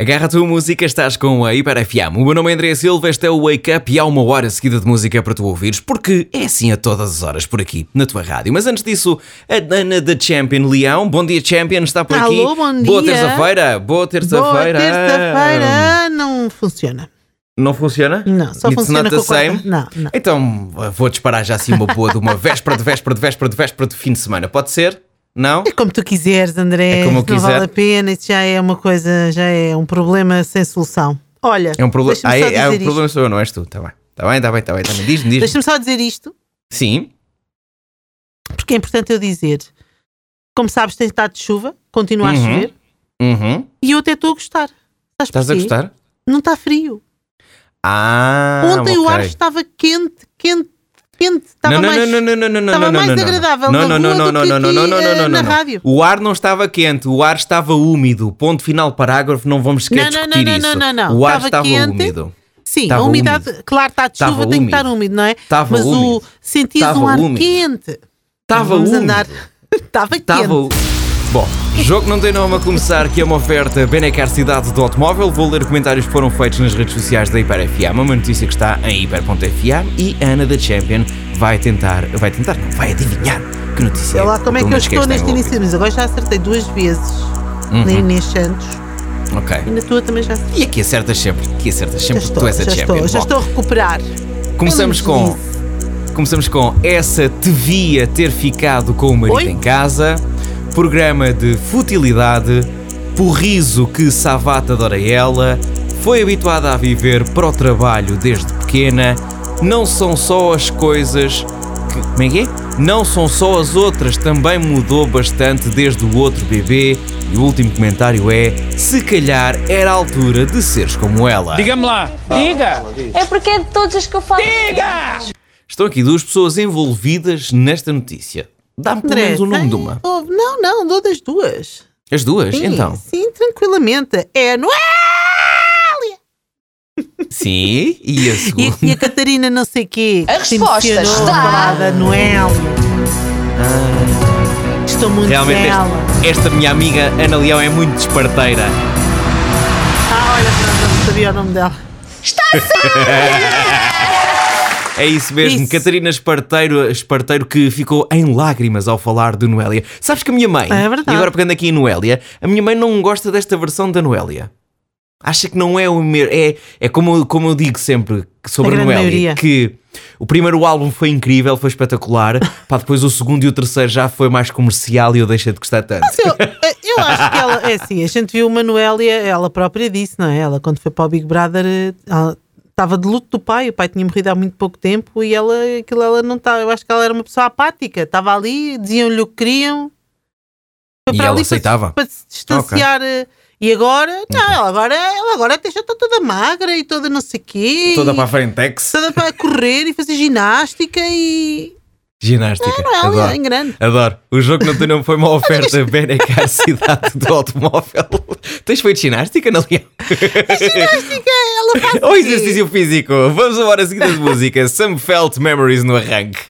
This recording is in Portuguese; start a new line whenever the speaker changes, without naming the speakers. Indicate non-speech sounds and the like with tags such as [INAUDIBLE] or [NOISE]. Agarra a tua música, estás com a Hiper FM. O meu nome é André Silva, este é o Wake Up e há uma hora seguida de música para tu ouvires, porque é assim a todas as horas por aqui, na tua rádio. Mas antes disso, a Dana da Champion Leão. Bom dia, Champion, está por aqui.
Alô, bom
Boa
dia.
terça-feira. Boa terça-feira. é.
Boa terça-feira Ah, não funciona.
Não funciona?
Não, só
It's
funciona
not the
com a quarta.
same?
Não, não.
Então vou disparar já assim uma boa de uma véspera de véspera de véspera de véspera de fim de semana. Pode ser? Não? um
É como tu quiseres, André.
É como eu
Isso não
quiser.
vale a pena, isso já é uma coisa, já é um problema sem solução. Olha,
É um problema.
deixa-me
Ah,
só
é, é
dizer
um
isto.
problema sou eu, não és tu. Está bem. Está bem, está bem, está bem. Tá bem. Diz-me, diz-me.
Deixa-me só dizer isto,
Sim.
porque é importante eu dizer. Como sabes, tem estado de chuva, continua a
Uhum.
chover,
Uhum.
e eu até estou a gostar. Sabes
Estás a
porquê?
gostar?
Não está frio.
Ah,
Ontem o
ok.
ar estava quente, quente, quente. Estava
não, não,
mais
não, não, não, não, não,
estava
não,
mais
não, não. não,
agradável na
não, não,
rua do
não, não,
que
não,
aqui,
não, não,
eh,
não, não,
na
não.
rádio.
O ar não estava quente, o ar estava úmido. Ponto final parágrafo, não vamos querer
Não, não,
discutir
não, não,
isso.
não, não.
O ar
Estava
estava
quente.
úmido.
Sim,
Estava
a umidade, claro, está de chuva,
Estava
tem que
úmido.
estar úmido, não é?
Estava
Mas
úmido.
o sentias
Estava
um ar
úmido.
quente.
Estava
Vamos
úmido.
andar. [LAUGHS] Estava quente.
Estava o- Bom, jogo não tem nome a começar, que é uma oferta Benecar Cidade do Automóvel. Vou ler comentários que foram feitos nas redes sociais da Hiper FM, uma notícia que está em hiper.fm e a Ana da Champion vai tentar, vai tentar, não, vai adivinhar que notícia
Olha lá como
Pelo
é que eu
menos
estou
esta
neste
é
início, mas agora já acertei duas vezes
Uhum.
na Inês Santos
uma- Ok.
e na tua também já acertei.
E aqui acertas sempre, aqui acertas
Já
sempre,
estou,
tu és a
já
Champion.
estou, já
Bom,
estou a recuperar.
Começamos
Eu não
com. Começamos com Essa devia ter ficado com o marido
Oi?
em casa. Programa de futilidade. Porriso que Savata adora ela. Foi habituada a viver para o trabalho desde pequena. Não são só as coisas. Que, como é que é? Não são só as outras, também mudou bastante desde o outro bebê. E o último comentário é: se calhar era a altura de seres como ela.
Diga-me lá. Diga.
É porque é de todas as que eu falo.
Estão aqui duas pessoas envolvidas nesta notícia. Dá-me pelo
André,
menos o nome
tem-
de uma.
Oh, não, não, dou das duas.
As duas,
Sim,
então.
Sim, tranquilamente. É, não é?
Sim, e a
E
segunda.
a, e
[LAUGHS]
a Catarina não sei quê.
A
que se
resposta
emocionou
está-
com a Ada Noel. Estou muito
Realmente,
nela.
este- esta minha amiga Ana Leão é muito desparteira.
Ah, olha, Fernanda, não sabia o nome dela.
É isso mesmo,
Isso.
Catarina Esparteiro, Esparteiro que ficou em lágrimas ao falar de Noélia. Sabes que a minha mãe,
É verdade.
e agora pegando aqui em Noélia, a minha mãe não gosta desta versão da Noélia. Acha que não é o mesmo. É, é como, eu- como eu digo sempre que- sobre
A
a
grande
Noélia,
maioria.
que o primeiro álbum foi incrível, foi
[LAUGHS]
espetacular, pá, depois o segundo e o terceiro já foi mais comercial e eu deixei de gostar tanto.
Eu, eh, eu acho que ela, é assim, a gente viu a Manuélia, ela própria disse, não é? Ela, quando foi para o Big Brother, eh, ela estava de luto do pai, o pai tinha morrido há muito pouco tempo e ela, aquilo, ela não estava, eu acho que ela era uma pessoa apática, estava ali, diziam-lhe o que queriam. Foi
E
para
ela
ali para-
aceitava?
Para, se distanciar. eh, E agora, não, ela agora, ela agora até já está toda magra e toda não sei quê.
Toda
e-
para a frente, Tex.
toda para correr e fazer ginástica e.
Ginástica.
Ela
adoro.
é em grande.
Adoro. O jogo não tem nome foi uma oferta Benecar Cidade do Automóvel. Tens feito ginástica, não Leão?
Ginástica, ela faz.
Ou [LAUGHS]
o quê?
exercício físico? Vamos agora a seguida de música. Some Felt Memories no arranque.